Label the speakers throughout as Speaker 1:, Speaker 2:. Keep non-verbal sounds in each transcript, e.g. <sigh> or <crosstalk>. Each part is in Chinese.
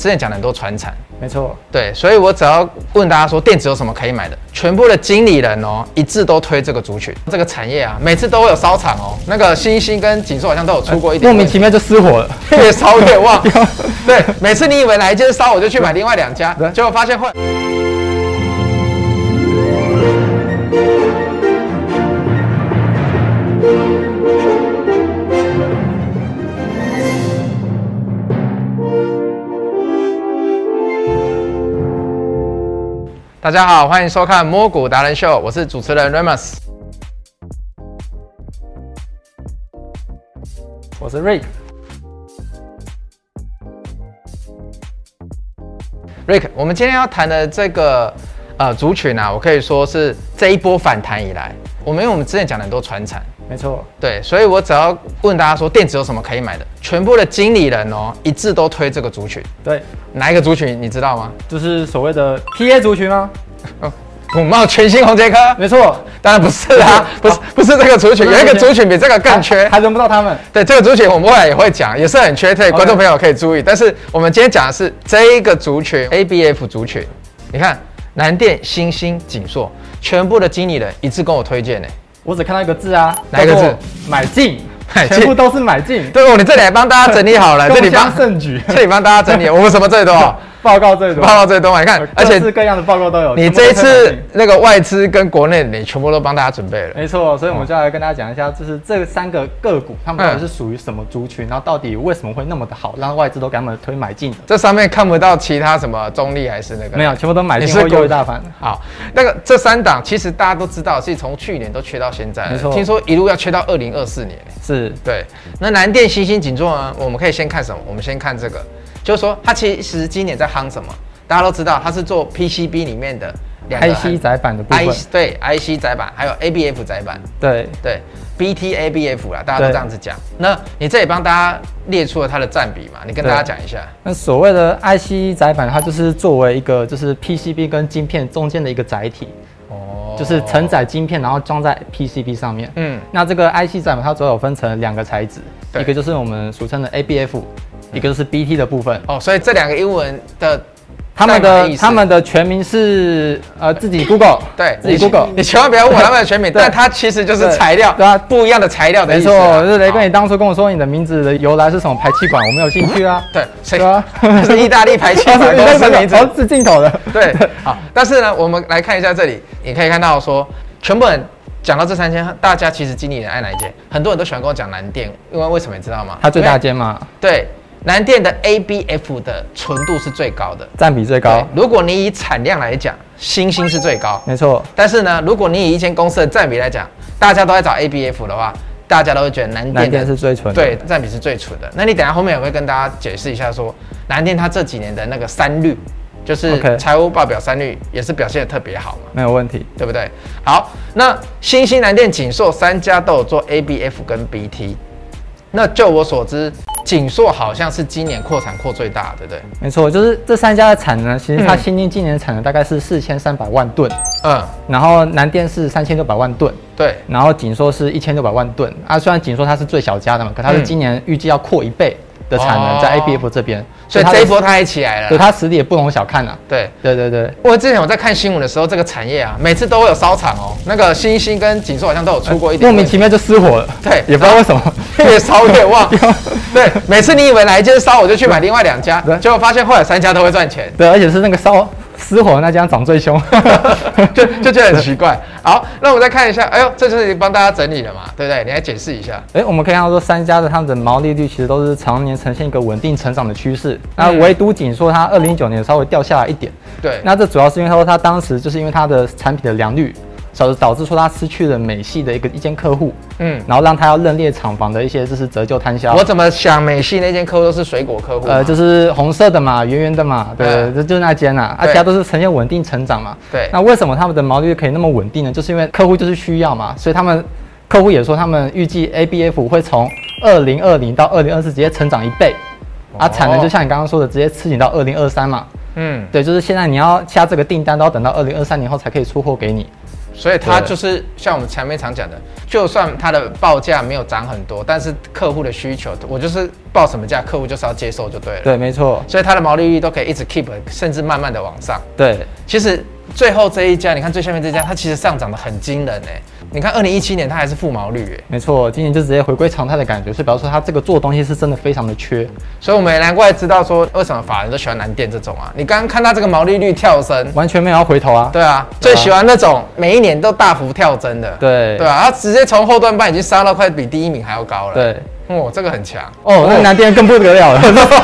Speaker 1: 之前讲的很多传产，
Speaker 2: 没错，
Speaker 1: 对，所以我只要问大家说电子有什么可以买的，全部的经理人哦一致都推这个族群，这个产业啊，每次都会有烧厂哦。那个星星跟锦硕好像都有出过一点
Speaker 2: 莫
Speaker 1: 问
Speaker 2: 名
Speaker 1: 题，
Speaker 2: 其妙就失火了。
Speaker 1: <laughs> 越烧越旺。对，每次你以为哪一间烧，我就去买另外两家
Speaker 2: 对，
Speaker 1: 结果发现会。大家好，欢迎收看《摸骨达人秀》，我是主持人 Remus。
Speaker 2: 我是 Ray，
Speaker 1: Rick，我们今天要谈的这个呃族群啊，我可以说是这一波反弹以来，我们因为我们之前讲了很多传产，
Speaker 2: 没错，
Speaker 1: 对，所以我只要问大家说电子有什么可以买的，全部的经理人哦一致都推这个族群，
Speaker 2: 对，
Speaker 1: 哪一个族群你知道吗？
Speaker 2: 就是所谓的 PA 族群啊，
Speaker 1: 哦，土茂全新红杰科，
Speaker 2: 没错，
Speaker 1: 当然不是啊，不是不是这个族群，
Speaker 2: 不
Speaker 1: 有
Speaker 2: 是
Speaker 1: 一个
Speaker 2: 这
Speaker 1: 族
Speaker 2: 个
Speaker 1: 群比这个更缺
Speaker 2: 还。还轮不到他们。
Speaker 1: 对这个族群，我们未来也会讲，也是很缺退，观众朋友可以注意。但是我们今天讲的是这一个族群 ABF 族群，你看南电、新兴、锦硕，全部的经理人一致跟我推荐呢。
Speaker 2: 我只看到一个字啊，
Speaker 1: 哪一个字？
Speaker 2: 买进，
Speaker 1: 买进
Speaker 2: 全部都是买进。
Speaker 1: 对哦，你这里还帮大家整理好
Speaker 2: <laughs>
Speaker 1: 了，这里
Speaker 2: 共襄
Speaker 1: 帮
Speaker 2: 盛举，
Speaker 1: <laughs> 这里帮大家整理，我们什么最多？
Speaker 2: 报告最多
Speaker 1: 报，告最多嘛？你看，而
Speaker 2: 呃各
Speaker 1: 且
Speaker 2: 式各样的报告都有。
Speaker 1: 你
Speaker 2: 全部都
Speaker 1: 这一
Speaker 2: 是
Speaker 1: 次
Speaker 2: 买进
Speaker 1: 那个外资跟国内，你全部都帮大家准备了。
Speaker 2: 没错，所以我
Speaker 1: 哦
Speaker 2: 们就要来跟大家讲一下，就是这三个个股，他们到底是属于什么族群，然后到底为什么会那么的好，让外资都给他们推买进的？
Speaker 1: 这上面看不到其他什么中立还是那个
Speaker 2: 没有，全部都买
Speaker 1: 你
Speaker 2: 进
Speaker 1: 是
Speaker 2: 或优
Speaker 1: 狗
Speaker 2: 于大盘。
Speaker 1: 好，那个这三档其实大家都知道，是从去年都缺到现在了，
Speaker 2: 没错
Speaker 1: 听说一路要缺到二零二四年。
Speaker 2: 是
Speaker 1: 对，那南电、新兴、锦座呢？我们可以先看什么？我们先看这个，就是说它其实今年在夯什么？大家都知道，它是做 PCB 里面的两个
Speaker 2: IC 载板的部分
Speaker 1: IC 对 IC 载板，还有 ABF 载板，
Speaker 2: 对，
Speaker 1: 对 BTABF 啦，大家都
Speaker 2: 对
Speaker 1: 这样子讲。那你这里帮大家列出了它的占比嘛？你跟大家
Speaker 2: 对
Speaker 1: 讲一下。
Speaker 2: 那所谓的 IC 载板，它就是作为一个就是 PCB 跟晶片中间的一个载体，
Speaker 1: 哦
Speaker 2: 就是承载晶片，然后装在 PCB 上面。
Speaker 1: 嗯
Speaker 2: 那这个 IC 载板它主要有分成两个材质，
Speaker 1: 对嗯
Speaker 2: 一个就是我们俗称的 ABF，一个就是 BT 的部分。
Speaker 1: 哦，所以这两个英文的
Speaker 2: 他们
Speaker 1: 代码意
Speaker 2: 的
Speaker 1: 思
Speaker 2: 他们的全名是呃自己 Google，
Speaker 1: 对，
Speaker 2: 自己 Google
Speaker 1: 你。千万不要问我他们的全名，
Speaker 2: 对
Speaker 1: 但它其实就是
Speaker 2: 对
Speaker 1: 材料，
Speaker 2: 对啊
Speaker 1: 不一样的材料的
Speaker 2: 没
Speaker 1: 意思
Speaker 2: 错
Speaker 1: 啊。，
Speaker 2: 就是雷哥，
Speaker 1: 好
Speaker 2: 你当初跟我说你的名字的由来是什么排气管，我没有兴
Speaker 1: <laughs>
Speaker 2: 趣啊。
Speaker 1: 对，谁
Speaker 2: 对啊
Speaker 1: 是意哦大利排气
Speaker 2: 他
Speaker 1: 管
Speaker 2: <laughs>
Speaker 1: 公司名字？
Speaker 2: 是自镜头 <laughs> 的。
Speaker 1: 对， <laughs> 好，但是呢，我们来看一下这里，你可以看到说，全部人讲到这三间，大家其实经理人爱哪一间？很多人都喜欢跟我讲南电，因为为什么你知道吗？
Speaker 2: 它最大
Speaker 1: 因为
Speaker 2: 间嘛，
Speaker 1: 对，南电的 ABF 的纯度是最高的。
Speaker 2: 占比最
Speaker 1: 对
Speaker 2: 高，，
Speaker 1: 如果你以产量来讲，星星是最高，
Speaker 2: 没错，
Speaker 1: 但是呢，如果你以一间公司的占比来讲，大家都在找 ABF 的话，大家都会觉得南
Speaker 2: 南
Speaker 1: 电
Speaker 2: 电
Speaker 1: 的
Speaker 2: 是最纯的。
Speaker 1: 对占比是最纯的。那你等一下后面也会跟大家解释一下说南电它这几年的那个三率，就是
Speaker 2: OK
Speaker 1: 财务报表三率也是表现的特别好嘛，
Speaker 2: 没有问题。
Speaker 1: 对不对？好，那新兴、南电、锦硕三家都有做 ABF 跟 BT。那就我所知，锦硕好像是今年扩产扩最大，对不对？
Speaker 2: 没错，就是这三家的产能，其实它
Speaker 1: 嗯
Speaker 2: 新进今年产能大概是四千三百万吨，
Speaker 1: 嗯，
Speaker 2: 然后南电是三千六百万吨，
Speaker 1: 对，
Speaker 2: 然后锦硕是一千六百万吨啊。虽然锦硕它是最小家的嘛，可它是
Speaker 1: 嗯
Speaker 2: 今年预计要扩一倍的产
Speaker 1: 哦
Speaker 2: 能在 ABF 这边，
Speaker 1: 所以
Speaker 2: 它
Speaker 1: 这
Speaker 2: 的
Speaker 1: 一波它也起来了
Speaker 2: 对
Speaker 1: 啦。
Speaker 2: 它实力也不容小看啊。
Speaker 1: 对，
Speaker 2: 对对对，
Speaker 1: 我之前我在看新闻的时候，这个产业啊，每次都会有烧厂哦。那个新兴跟锦硕好像都有出过一点
Speaker 2: 哎
Speaker 1: 问
Speaker 2: 莫名
Speaker 1: 题，
Speaker 2: 其妙就失火了，
Speaker 1: 对
Speaker 2: <laughs> 也不知道为什么。
Speaker 1: 越烧越旺。
Speaker 2: <laughs>
Speaker 1: 对，每次你以为哪一间烧，我就去买另外两家，
Speaker 2: 对
Speaker 1: 结果发现后来三家都会赚钱， <laughs>
Speaker 2: 对，而且是那个烧失火的那家涨最凶。
Speaker 1: 就就觉得很奇怪。好，那我们再看一下，哎呦，这就是帮大家整理了嘛，对不对？你来解释一下。
Speaker 2: 哎，我们可以看到说，三家的他们的毛利率其实都是常年呈现一个稳定成长的趋势。那
Speaker 1: 嗯
Speaker 2: 唯独紧缩，它二零一九年稍微掉下来一点。
Speaker 1: 对，
Speaker 2: 那这主要是因为他说他当时就是因为他的产品的良率，导导致说他失去了美系的一个一间客户，
Speaker 1: 嗯，
Speaker 2: 然后让他要认列厂房的一些就是折旧摊销
Speaker 1: 我。怎么想，美系那间客户都是水果客户啊嘛，
Speaker 2: 呃，就是红色的嘛，圆圆的嘛，对，
Speaker 1: 嗯
Speaker 2: 这就是那间呐、啊，
Speaker 1: 对
Speaker 2: 其他都是呈现稳定成长嘛。
Speaker 1: 对
Speaker 2: 那为什么他们的毛利率可以那么稳定呢？就是因为客户就是需要嘛，所以他们客户也说他们预计 ABF 会从二零二零到二零二四直接成长一倍，啊，产能就像你刚刚说的，直接吃紧到二零二三嘛。
Speaker 1: 嗯，
Speaker 2: 对，就是现在你要下这个订单都要等到二零二三年后才可以出货给你。
Speaker 1: 所以它
Speaker 2: 对
Speaker 1: 就是像我们前面常讲的，就算它的报价没有涨很多，但是客户的需求，我就是报什么价，客户就是要接受就对了。
Speaker 2: 对，没错，
Speaker 1: 所以它的毛利率都可以一直 keep，甚至慢慢的往上。
Speaker 2: 对，
Speaker 1: 其实最后这一家，你看最下面这家，它其实上涨的很惊人哎、你看二零一七年它还是负毛率哎、
Speaker 2: 没错，今年就直接回归常态的感觉，所以表示说它这个做的东西是真的非常的缺，
Speaker 1: 所以我们也难怪知道说为什么法人都喜欢南电这种啊。你刚刚看到这个毛利率跳升，
Speaker 2: 完全没有要回头啊。
Speaker 1: 对啊，最喜欢那种每一年都大幅跳增的，
Speaker 2: 对
Speaker 1: 对啊，它直接从后段班已经杀到快比第一名还要高了。，
Speaker 2: 对
Speaker 1: 哦，这个很强。
Speaker 2: 哦，那南电更不得
Speaker 1: <laughs>
Speaker 2: 了了，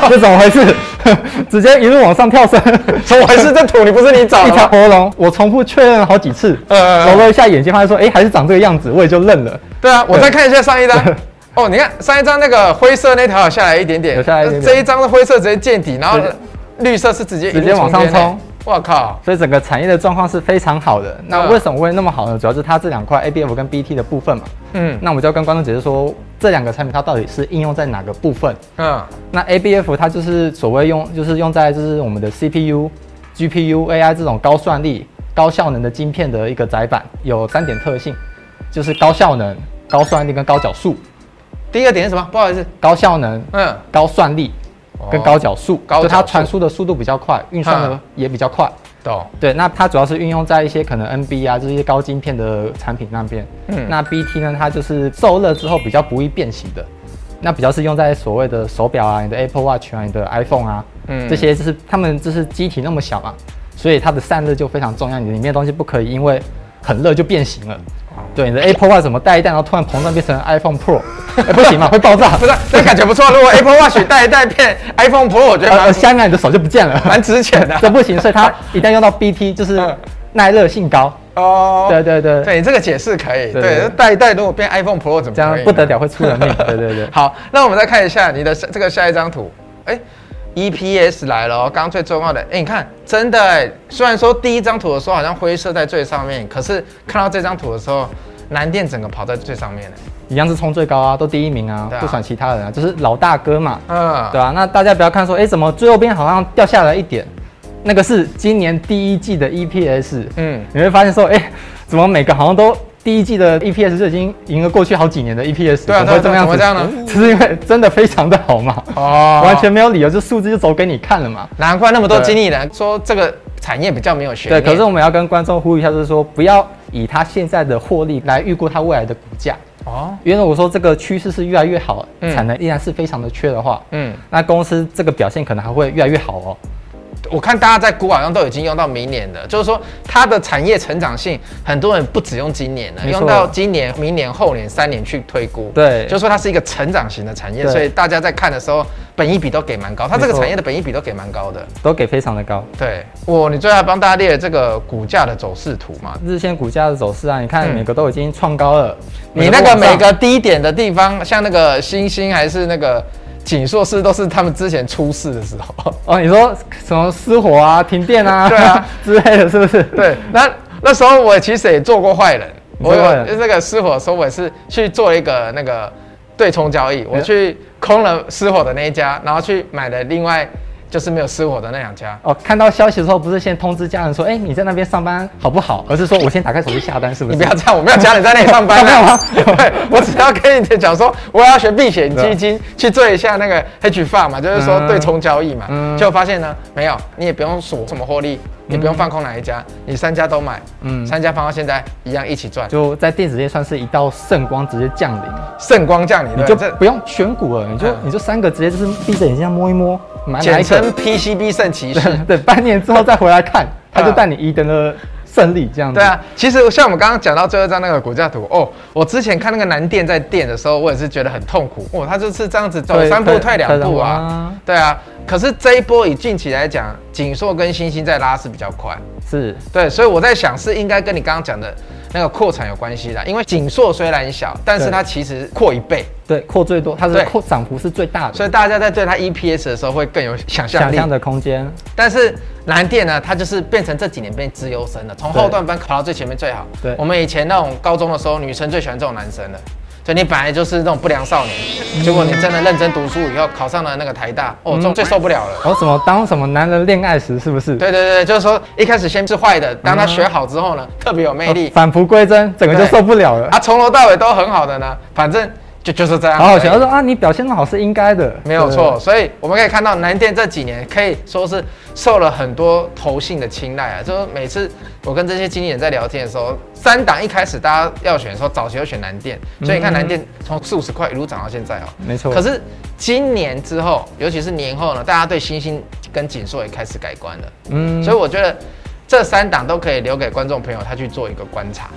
Speaker 2: 这怎么回事？ <laughs> 直接一路往上跳
Speaker 1: <laughs>
Speaker 2: 升，
Speaker 1: 怎么回事？这图你不是你找
Speaker 2: 一
Speaker 1: 的
Speaker 2: 条
Speaker 1: 吗？
Speaker 2: 活龙，我重复确认了好几次，
Speaker 1: 呃
Speaker 2: 揉了一下眼睛，发现说，哎、还是长这个样子，我也就认了。
Speaker 1: 对啊，我再看一下上一张
Speaker 2: 对。
Speaker 1: <laughs> 哦，你看上一张那个灰色那条有下来一点点，
Speaker 2: 有下来一点点
Speaker 1: 这一张的灰色直接见底，然后
Speaker 2: 直接
Speaker 1: 绿色是直接一路
Speaker 2: 直接往上
Speaker 1: 边欸
Speaker 2: 冲。
Speaker 1: 我靠！
Speaker 2: 所以整个产业的状况是非常好的。那
Speaker 1: 嗯
Speaker 2: 为什么会那么好呢？主要是它这两块 ABF 跟 BT 的部分嘛。
Speaker 1: 嗯
Speaker 2: 那我们就要跟观众解释说，这两个产品它到底是应用在哪个部分？
Speaker 1: 嗯
Speaker 2: 那 ABF 它就是所谓用，就是用在就是我们的 CPU、GPU、AI 这种高算力、高效能的晶片的一个载板，有三点特性，就是高效能、高算力跟高角速。
Speaker 1: 第一个点是什么？不好意思，
Speaker 2: 高效能、
Speaker 1: 嗯，
Speaker 2: 高算力跟
Speaker 1: 哦
Speaker 2: 高角速，
Speaker 1: 高
Speaker 2: 就
Speaker 1: 角
Speaker 2: 它
Speaker 1: 速
Speaker 2: 传输的速度比较快，运算的
Speaker 1: 嗯
Speaker 2: 也比较快。
Speaker 1: 懂。
Speaker 2: 对，那它主要是运用在一些可能 NB 啊，就是一些高晶片的产品那边。
Speaker 1: 嗯
Speaker 2: 那 BT 呢，它就是受热之后比较不易变形的，那比较是用在所谓的手表啊、你的 Apple Watch 啊、你的 iPhone 啊，
Speaker 1: 嗯
Speaker 2: 这些就是它们就是机体那么小嘛，所以它的散热就非常重要，你里面的东西不可以因为很热就变形了。
Speaker 1: 哦
Speaker 2: 对，你的 Apple Watch 怎么戴一戴，然后突然膨胀变成 iPhone Pro，哎不行嘛，会爆炸。
Speaker 1: <laughs> 不是，那感觉不错。如果 Apple Watch 带一带片 iPhone Pro，我觉得
Speaker 2: 呃，
Speaker 1: 蛮
Speaker 2: 下面你的手就不见了，
Speaker 1: 蛮值钱的
Speaker 2: 这不行，所以它一旦用到 BT 就是
Speaker 1: 嗯
Speaker 2: 耐热性高。
Speaker 1: 哦。
Speaker 2: 对对对，
Speaker 1: 对，你这个解释可以。对
Speaker 2: 对对，
Speaker 1: 带一带如果变 iPhone Pro 怎么
Speaker 2: 这样
Speaker 1: 可以呢
Speaker 2: 不得了，会出
Speaker 1: <laughs>
Speaker 2: 人命。对对 <laughs> 对，
Speaker 1: 好，那我们再看一下你的下这个下一张图，哎、e p s 来了、哦，刚刚最重要的，哎、你看，真的、哎，虽然说第一张图的时候好像灰色在最上面，可是看到这张图的时候，南电整个跑在最上面了，
Speaker 2: 一样是冲最高啊，都第一名啊
Speaker 1: 对啊，
Speaker 2: 不爽其他人啊，就是老大哥嘛，
Speaker 1: 嗯，
Speaker 2: 对啊，那大家不要看说，哎，怎么最右边好像掉下来一点？那个是今年第一季的 EPS，
Speaker 1: 嗯，
Speaker 2: 你会发现说，哎，怎么每个好像都第一季的 EPS 就已经赢了过去好几年的 EPS，
Speaker 1: 对啊
Speaker 2: 怎么会
Speaker 1: 对
Speaker 2: 这
Speaker 1: 啊怎么
Speaker 2: 么样子？
Speaker 1: 这样呢
Speaker 2: <laughs> 就是因为真的非常的好嘛，
Speaker 1: 哦
Speaker 2: 完全没有理由，就数字就走给你看了嘛。
Speaker 1: 难怪那么多经理人说这个产业比较没有悬
Speaker 2: 对，
Speaker 1: 念，
Speaker 2: 可是我们要跟观众呼吁一下，就是说不要以它现在的获利来预估它未来的股价。
Speaker 1: 哦，
Speaker 2: 因为我说这个趋势是越来越好，
Speaker 1: 嗯
Speaker 2: 产能依然是非常的缺的话，
Speaker 1: 嗯，
Speaker 2: 那公司这个表现可能还会越来越好哦。
Speaker 1: 我看大家在估好像都已经用到明年的，就是说它的产业成长性，很多人不只用今年了，
Speaker 2: 没错
Speaker 1: 用到今年、明年、后年三年去推估。
Speaker 2: 对
Speaker 1: 就是说它是一个成长型的产业，
Speaker 2: 对
Speaker 1: 所以大家在看的时候，本益比都给蛮高，它这个
Speaker 2: 没错
Speaker 1: 产业的本益比都给蛮高的。
Speaker 2: 都给非常的高，
Speaker 1: 对，我你最后还帮大家列了这个股价的走势图嘛？
Speaker 2: 日线股价的走势啊，你看
Speaker 1: 嗯
Speaker 2: 每个都已经创高了，
Speaker 1: 你那个
Speaker 2: 都往上
Speaker 1: 每个低点的地方，像那个星星还是那个锦硕是都是他们之前出事的时候。
Speaker 2: 哦，你说什么失火啊、停电啊，
Speaker 1: 对啊
Speaker 2: <laughs> 之类的，是不是？
Speaker 1: <laughs> 对，那那时候我其实也做过坏人，
Speaker 2: 你
Speaker 1: 我
Speaker 2: 做坏人
Speaker 1: 有那个失火的时候，我也是去做一个那个对冲交易，我去空了失火的那一家，然后去买了另外就是没有失火的那两家。
Speaker 2: 哦，看到消息的时候，不是先通知家人说，哎，你在那边上班好不好？而是说我先打开手机下单，是不
Speaker 1: 你
Speaker 2: 是？
Speaker 1: 不要这样，我没有家人在那里上班啊
Speaker 2: <laughs> 没有吗
Speaker 1: 对，我只要跟你讲说，我要学避险基金去做一下那个 hedge fund 嘛，就是说
Speaker 2: 嗯
Speaker 1: 对冲交易嘛。
Speaker 2: 嗯
Speaker 1: 结果发现呢，没有，你也不用数什么获利，也不用放空哪一家，你三家都买，嗯，
Speaker 2: 嗯
Speaker 1: 三家放到现在一样一起赚，
Speaker 2: 就在电子业算是一道圣光直接降临，
Speaker 1: 圣光降临，
Speaker 2: 你
Speaker 1: 对
Speaker 2: 就
Speaker 1: 这
Speaker 2: 不用选股了，你就
Speaker 1: 嗯
Speaker 2: 你就三个直接就是闭着眼睛这样摸一摸，买哪
Speaker 1: 简
Speaker 2: 一
Speaker 1: 称
Speaker 2: 个？
Speaker 1: PCB 圣骑士。
Speaker 2: <laughs> 对，半年之后再回来看，他就带你一等的胜利这样
Speaker 1: <laughs> 嗯
Speaker 2: 子。
Speaker 1: 对，啊，其实像我们刚刚讲到最后一张那个股价图哦，我之前看那个南电在电的时候，我也是觉得很痛苦哦，它就是这样子走
Speaker 2: 对
Speaker 1: 三步
Speaker 2: 退
Speaker 1: 退两
Speaker 2: 退两
Speaker 1: 步
Speaker 2: 步
Speaker 1: 啊
Speaker 2: 啊，
Speaker 1: 对啊。可是这一波以近期来讲，锦硕跟星星在拉是比较快，
Speaker 2: 是
Speaker 1: 对，所以我在想是应该跟你刚刚讲的那个扩产有关系的，因为锦硕虽然小，但是
Speaker 2: 对
Speaker 1: 它其实扩一倍，
Speaker 2: 对，扩最多，它
Speaker 1: 对
Speaker 2: 是扩涨幅是最大
Speaker 1: 所
Speaker 2: 的，
Speaker 1: 以大家在对它 EPS 的时候会更有想象
Speaker 2: 想
Speaker 1: 力。
Speaker 2: 象的空间。
Speaker 1: 但是蓝电呢，它就是变成这几年变资优生了，从后段班考到最前面最好。
Speaker 2: 对
Speaker 1: 我们以前那种高中的时候，女生最喜欢这种男生了。所以你本来就是那种不良少
Speaker 2: 嗯
Speaker 1: 年，结果你真的认真读书以后，考上了那个台大，哦，这种最受不了了。
Speaker 2: 我什么当什么男人恋爱时是不是？
Speaker 1: 对对对，就是说一开始先是坏的，当他学好之后呢，特别有魅力，
Speaker 2: 哦返璞归真，整个就
Speaker 1: 对
Speaker 2: 受不了了。
Speaker 1: 啊，从头到尾都很好的呢，反正就就是这样。
Speaker 2: 好好笑，他说啊，你表现得好是应该的，
Speaker 1: 没有
Speaker 2: 对
Speaker 1: 错，。所以我们可以看到南电这几年可以说是受了很多投信的青睐啊。就是每次我跟这些经纪人在聊天的时候，三档一开始大家要选的时候，早期就选南电，所以你看南电从四五十块一路涨到现在哦、
Speaker 2: 嗯没错
Speaker 1: 可是今年之后，尤其是年后呢，大家对星星跟锦硕也开始改观了。
Speaker 2: 嗯
Speaker 1: 所以我觉得这三档都可以留给观众朋友他去做一个观察。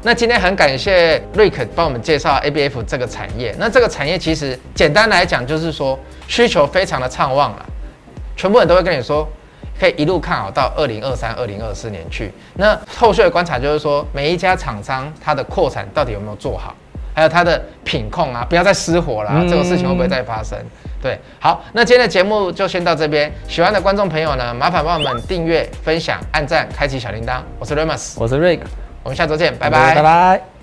Speaker 1: 那今天很感谢瑞肯帮我们介绍 ABF 这个产业。那这个产业其实简单来讲就是说需求非常的畅旺了，全部人都会跟你说。可以一路看好到二零二三、二零二四年去。那后续的观察就是说，每一家厂商它的扩产到底有没有做好，还有它的品控啊，不要再失火啦，
Speaker 2: 嗯
Speaker 1: 这个事情会不会再发生？对，好，那今天的节目就先到这边。喜欢的观众朋友呢，麻烦帮我们订阅、分享、按赞、开启小铃铛。我是 Remus，
Speaker 2: 我是 Rick，
Speaker 1: 我们下周见，拜
Speaker 2: 拜拜。